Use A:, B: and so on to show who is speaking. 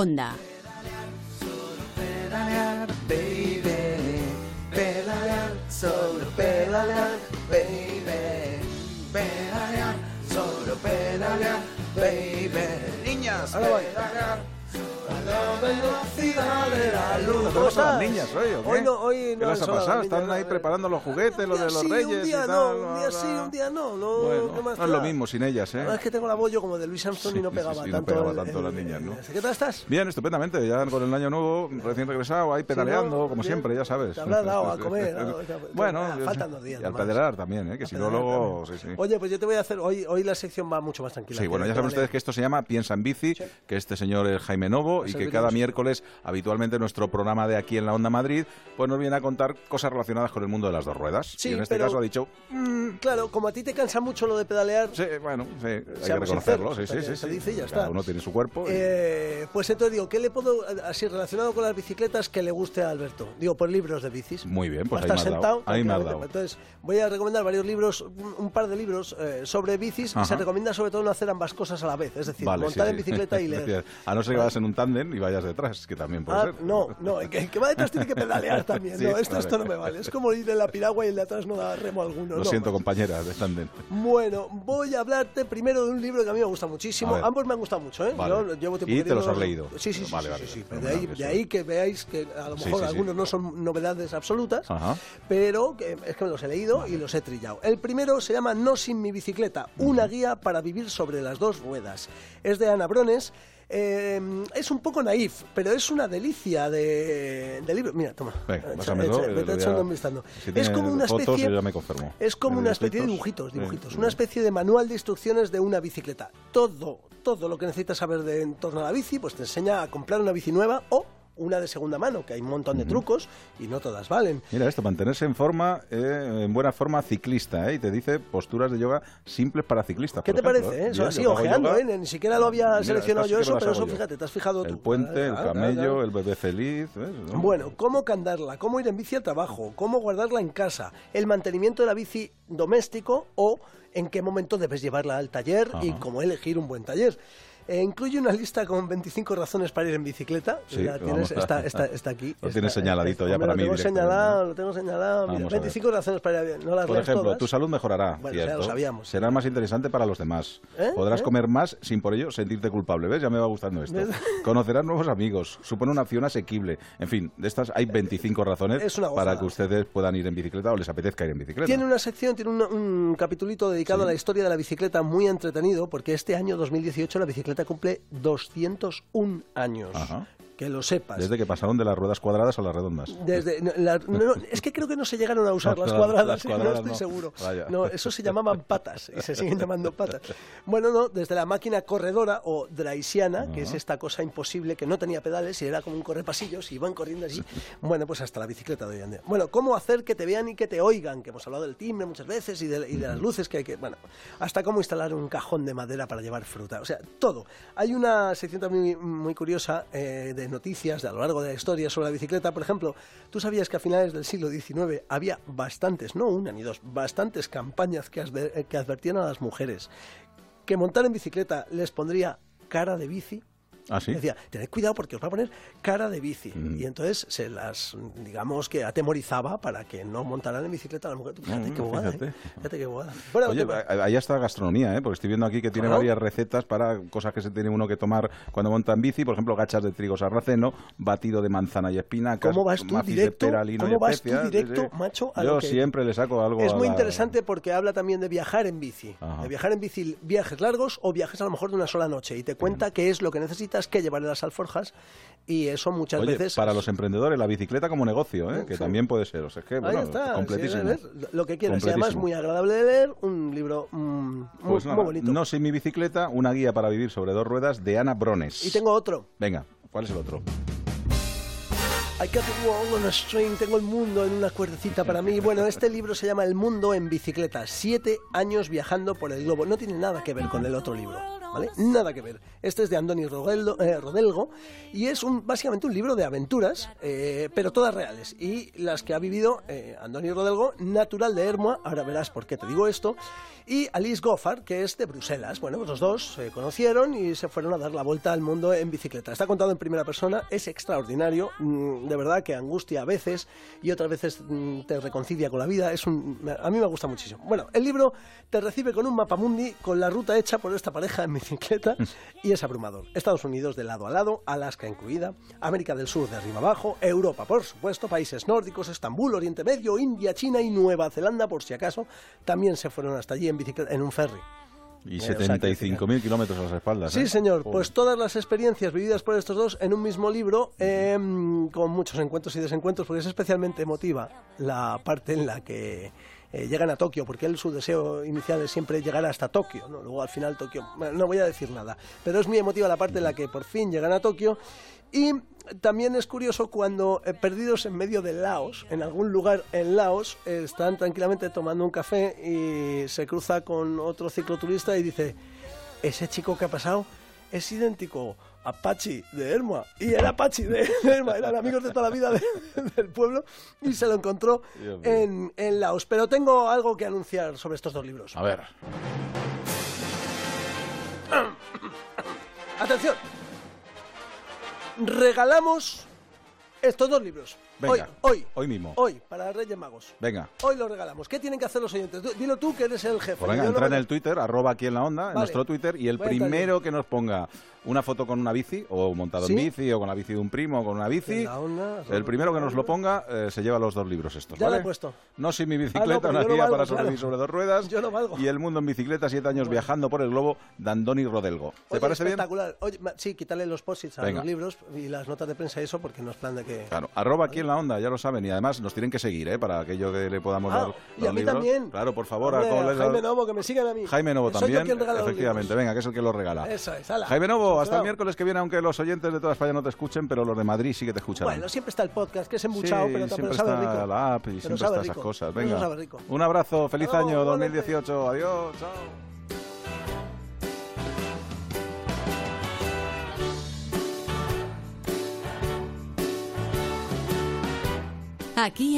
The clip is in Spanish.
A: Onda.
B: Pedalear, baby. Pedalear, solo pedalear, baby. Pedalear, solo pedalear, baby. Niñas, ahora voy. A la velocidad de la luz.
C: Pero son las niñas hoy, ¿o qué?
B: Hoy no, hoy no
C: ¿Qué
B: han
C: les ha
B: sonado
C: pasado?
B: las
C: Están
B: niñas,
C: ahí
B: no, eh,
C: preparando los juguetes, los
B: Un día
C: de los
B: sí,
C: reyes
B: Un día
C: y tal.
B: no,
C: bla,
B: un día
C: bla.
B: sí, un día no. No,
C: Bueno,
B: ¿qué más
C: no es lo
B: da?
C: mismo sin ellas, ¿eh?
B: Ah, Es que tengo la voz yo como de Luis Armstrong
C: Sí,
B: y no
C: sí,
B: pegaba
C: sí, no
B: tanto.
C: pegaba
B: el-
C: tanto
B: el-
C: las niñas, ¿no?
B: ¿Qué tal estás?
C: Bien, estupendamente, ya con el año nuevo, recién regresado, ahí pedaleando,
B: ¿no?
C: como
B: Bien.
C: siempre, ya sabes.
B: Te habrá dado a comer, ¿no? O sea,
C: bueno,
B: ah,
C: yo-
B: faltan dos días
C: Y al
B: nomás.
C: pedalear también, ¿eh? que si no luego... Sí, sí.
B: Oye, pues yo te voy a hacer. Hoy, hoy la sección va mucho más tranquila.
C: Sí, bueno, ya saben ustedes que esto se llama Piensa en Bici, que este señor es Jaime Novo y que
B: serviremos.
C: cada miércoles, habitualmente, nuestro programa de aquí en la Onda Madrid, pues nos viene a contar cosas relacionadas con el mundo de las dos ruedas.
B: Sí,
C: y en este
B: pero-
C: caso ha dicho,
B: Mm, Claro, como a ti te cansa mucho lo de pedalear,
C: sí, bueno, sí, hay que
B: Seamos
C: reconocerlo,
B: sinceros, se-
C: sí, sí, sí.
B: Eh, se
C: sí.
B: dice y ya
C: Cada
B: está.
C: uno tiene su cuerpo. y-
B: eh, pues entonces digo, ¿qué le puedo, así relacionado con las bicicletas, que le guste a Alberto? Digo, pues libros de bicis.
C: Muy bien, pues
B: Va a estar
C: ahí me has dado,
B: sentado.
C: ahí me has
B: tranquilamente.
C: dado.
B: Entonces, voy a recomendar varios libros, un, un par de libros eh, sobre bicis.
C: Ajá.
B: Se recomienda sobre todo no hacer ambas cosas a la vez, es decir,
C: Vale, sí,
B: montar en
C: sí.
B: bicicleta y leer.
C: a no ser que vayas en un tándem y vayas detrás, que también puede
B: Ah,
C: ser.
B: no, no, el que, el que va detrás tiene que pedalear también.
C: Sí,
B: no, esto,
C: vale.
B: esto no me vale. Es como ir en la piragua y el de atrás no da remo alguno. no.
C: Lo siento, compañera de tándem.
B: Bueno, voy a hablarte primero de un libro que a mí me gusta muchísimo.
C: A ver.
B: Ambos me han gustado mucho, ¿eh?
C: Vale.
B: Yo llevo tiempo
C: ¿Y te los has
B: queriéndolos.
C: leído?
B: Sí, sí, sí.
C: Vale,
B: sí,
C: vale,
B: sí, sí. De,
C: fenomenal,
B: ahí,
C: que
B: de
C: eso-
B: ahí que veáis que a lo
C: Sí,
B: mejor
C: sí, sí.
B: algunos no son novedades absolutas,
C: Ajá.
B: pero que es que me los he leído y los he trillado. El primero se llama No sin mi bicicleta, una guía para vivir sobre las dos ruedas. Es de Ana Brones. Eh, es un poco naif, pero es una delicia de, de libro. Mira, toma.
C: Venga,
B: Echa-
C: pásamelo.
B: echa-
C: y
B: vete
C: lo voy a-
B: echando un vistazo.
C: Si
B: es
C: tiene
B: como una especie.
C: fotos, yo ya me conformo.
B: Es como
C: ¿De
B: una especie de dibujitos,
C: Sí,
B: dibujitos.
C: sí.
B: Una especie de manual de instrucciones de una bicicleta. Todo, todo lo que necesitas saber de en torno a la bici, pues te enseña a comprar una bici nueva o una de segunda mano, que hay un montón de trucos y no todas valen.
C: Mira esto, mantenerse en forma, eh, en buena forma ciclista, ¿eh? Y te dice posturas de yoga simples para ciclistas.
B: ¿Qué
C: por
B: te
C: ejemplo,
B: parece?
C: ¿eh?
B: eh? Eso
C: Bien,
B: así,
C: yo hago
B: ojeando,
C: yoga.
B: ¿eh? Ni siquiera lo había
C: Mira,
B: seleccionado
C: estas sí
B: yo
C: que
B: eso,
C: las
B: pero
C: hago
B: eso,
C: yo.
B: fíjate, te has fijado tú.
C: El puente, el
B: Ah, ah,
C: camello,
B: ah.
C: el bebé feliz. ¿eh? ¿ves? ¿No?
B: Bueno, cómo cantarla, cómo ir en bici al trabajo, cómo guardarla en casa, el mantenimiento de la bici doméstico o en qué momento debes llevarla al taller y
C: Ajá.
B: cómo elegir un buen taller. Eh, incluye una lista con 25 razones para ir en bicicleta.
C: Sí,
B: La tienes-
C: vamos a-
B: está, está- está aquí. está-
C: Lo tienes señaladito ya
B: hombre,
C: para
B: lo
C: mí
B: Tengo
C: directamente,
B: señalado,
C: ¿no?
B: lo tengo señalado. mira,
C: Vamos a ver.
B: 25 razones para ir. No las
C: Por
B: leas
C: ejemplo,
B: todas.
C: tu salud mejorará,
B: Bueno, ya
C: cierto.
B: lo sabíamos.
C: Será más interesante para los demás.
B: ¿Eh?
C: Podrás
B: ¿Eh?
C: comer más sin por ello sentirte culpable. ¿Ves? Ya me va gustando esto.
B: ¿Ves?
C: Conocerás nuevos amigos. Supone una opción asequible. En fin, de estas hay 25 razones
B: Es una
C: para
B: gozada.
C: que ustedes puedan ir en bicicleta o les apetezca ir en bicicleta.
B: Tiene una sección, tiene un, un capitulito dedicado
C: Sí.
B: a la historia de la bicicleta muy entretenido, porque este año 2018 la bicicleta cumple 201 años.
C: Ajá.
B: Que lo sepas.
C: Desde que pasaron de las ruedas cuadradas a las redondas.
B: Desde- no, la- no, no, es que creo que no se llegaron a usar
C: No,
B: las
C: las-
B: cuadradas, ¿eh?
C: las
B: no
C: cuadradas
B: estoy
C: no.
B: seguro.
C: Vaya.
B: No, eso se llamaban patas y se siguen llamando patas. Bueno, no, desde la máquina corredora o draisiana, que es esta cosa imposible que no tenía pedales y era como un correpasillos y iban corriendo así. Bueno, pues hasta la bicicleta de hoy en día. Bueno, cómo hacer que te vean y que te oigan, que hemos hablado del timbre muchas veces y de, y de las luces que hay que. Bueno, hasta cómo instalar un cajón de madera para llevar fruta. O sea, todo. Hay una sección también muy curiosa eh, de noticias de a lo largo de la historia sobre la bicicleta. Por ejemplo, tú sabías que a finales del siglo XIX había bastantes, no una ni dos, bastantes campañas que, asver- que advertían a las mujeres que montar en bicicleta les pondría cara de bici.
C: ¿Ah, sí? Mm.
B: Decía, tened cuidado porque os va a poner cara de bici. Y entonces se las, digamos que atemorizaba para que no montaran en bicicleta a la mujer. Tú Fíjate
C: Mm,
B: qué bobada. ¿eh?
C: fíjate.
B: Fíjate qué bobada. Bueno,
C: Oye,
B: te-
C: a- ahí está gastronomía, ¿eh? porque estoy viendo aquí que tiene
B: Claro.
C: varias recetas para cosas que se tiene uno que tomar cuando monta en bici, por ejemplo, gachas de trigo sarraceno, batido de manzana y espinacas,
B: ¿Cómo vas tú
C: macis
B: directo?
C: de peralino
B: ¿Cómo
C: y
B: vas tú
C: especias, sí,
B: directo,
C: sí.
B: macho, a
C: Yo
B: lo que-
C: siempre le saco algo
B: Es
C: a
B: muy
C: la-
B: interesante porque habla también de viajar en bici.
C: Ajá.
B: De viajar en bici, viajes largos o viajes a lo mejor de una sola noche. Y te cuenta
C: Mm.
B: qué es lo que necesitas, qué llevar en las alforjas. Y eso muchas
C: Oye,
B: veces.
C: para
B: es-
C: los emprendedores, la bicicleta como negocio, ¿eh? que
B: Sí.
C: también puede ser. O sea, es que,
B: Ahí
C: bueno,
B: está,
C: completísimo.
B: sí, ¿ves? lo que quieras. Y además,
C: Completísimo.
B: muy agradable de leer, un libro mm, muy,
C: Pues
B: muy
C: nada,
B: bonito.
C: No sin mi bicicleta, una guía para vivir sobre dos ruedas de Ana Brones.
B: Y tengo otro.
C: Venga, ¿cuál es el otro?
B: I got the world on a string, tengo el mundo en una cuerdecita para mí. Bueno, este libro se llama El mundo en bicicleta, siete años viajando por el globo. No tiene nada que ver con el otro libro. ¿vale? Nada que ver. Este es de Andoni Rodelgo, eh, Rodelgo y es un, básicamente un libro de aventuras, eh, pero todas reales. Y las que ha vivido eh, Andoni Rodelgo, natural de Hermoa, ahora verás por qué te digo esto, y Alice Goffard, que es de Bruselas. Bueno, pues los dos se conocieron y se fueron a dar la vuelta al mundo en bicicleta. Está contado en primera persona, es extraordinario, mm, de verdad que angustia a veces y otras veces mm, te reconcilia con la vida. Es un, a mí me gusta muchísimo. Bueno, el libro te recibe con un mapamundi con la ruta hecha por esta pareja en bicicleta y es abrumador. Estados Unidos de lado a lado, Alaska incluida, América del Sur de arriba abajo, Europa por supuesto, países nórdicos, Estambul, Oriente Medio, India, China y Nueva Zelanda por si acaso también se fueron hasta allí en bicicleta en un ferry.
C: Y
B: o sea,
C: 75.000 kilómetros a las espaldas.
B: Sí,
C: ¿eh?
B: señor.
C: Joder.
B: Pues todas las experiencias vividas por estos dos en un mismo libro, eh, con muchos encuentros y desencuentros, porque es especialmente emotiva la parte en la que eh, llegan a Tokio, porque él su deseo inicial es siempre llegar hasta Tokio, ¿no? luego al final Tokio. bueno, no voy a decir nada, pero es muy emotiva la parte en la que por fin llegan a Tokio. Y también es curioso cuando eh, perdidos en medio de Laos, en algún lugar en Laos, eh, están tranquilamente tomando un café y se cruza con otro cicloturista y dice, ese chico que ha pasado es idéntico a Pachi de Herma. Y era Pachi de Herma, eran amigos de toda la vida de- del pueblo y se lo encontró
C: Dios mío.
B: en, en Laos. Pero tengo algo que anunciar sobre estos dos libros.
C: A ver.
B: Atención. Regalamos estos dos libros. Hoy,
C: Venga.
B: hoy,
C: Hoy mismo.
B: hoy, para Reyes Magos.
C: Venga.
B: Hoy lo regalamos. ¿Qué tienen que hacer los oyentes? Tú- Dilo tú que eres el jefe.
C: Pues venga,
B: Yo no
C: entra en
B: me-
C: el Twitter, arroba aquí en la onda, en
B: Vale.
C: nuestro Twitter, y el
B: Voy a entrar
C: primero que nos ponga una foto con una bici, o montado
B: ¿Sí?
C: en bici, o con la bici de un primo, o con una bici,
B: En la onda, arroba
C: el primero que nos lo
B: aquí
C: ponga eh, se lleva los dos libros estos,
B: Ya lo
C: ¿vale?
B: he puesto.
C: No sin mi
B: Ah, no,
C: bicicleta,
B: porque
C: una
B: yo no
C: guía
B: valgo,
C: para sobrevivir
B: claro.
C: sobre dos ruedas,
B: Yo no valgo.
C: y El mundo en bicicleta, siete años viajando por el globo, Dandoni Rodelgo. ¿Te
B: Oye,
C: parece bien?
B: espectacular. Oye, ma- sí, quitarle los posits a
C: Venga.
B: los libros y las notas de prensa y eso porque no es plan de que...
C: Claro, arroba aquí en la onda, ya lo saben, y además nos tienen que seguir, ¿eh? Para aquello que le podamos
B: Ah,
C: dar
B: y
C: los
B: a mí
C: libros.
B: también.
C: Claro, por favor,
B: Hombre,
C: como
B: a
C: les-
B: Jaime Novo, que me sigan a mí.
C: Jaime Novo
B: Soy
C: también,
B: Yo quien regala los
C: efectivamente,
B: libros.
C: venga, que es el que lo regala.
B: Eso es, ala.
C: Jaime Novo, hasta el
B: Chao.
C: miércoles que viene, aunque los oyentes de toda España no te escuchen, pero los de Madrid sí que te escucharán.
B: Bueno, siempre está el podcast, que es embuchado,
C: Sí,
B: pero
C: siempre
B: también sabe
C: está
B: rico.
C: la app y
B: Pero
C: siempre
B: sabe
C: está esas
B: rico.
C: cosas.
B: Pero
C: Venga,
B: sabe rico.
C: un abrazo, feliz
B: Hasta luego,
C: año
B: igualmente.
C: 2018, adiós, chao.
A: Aquí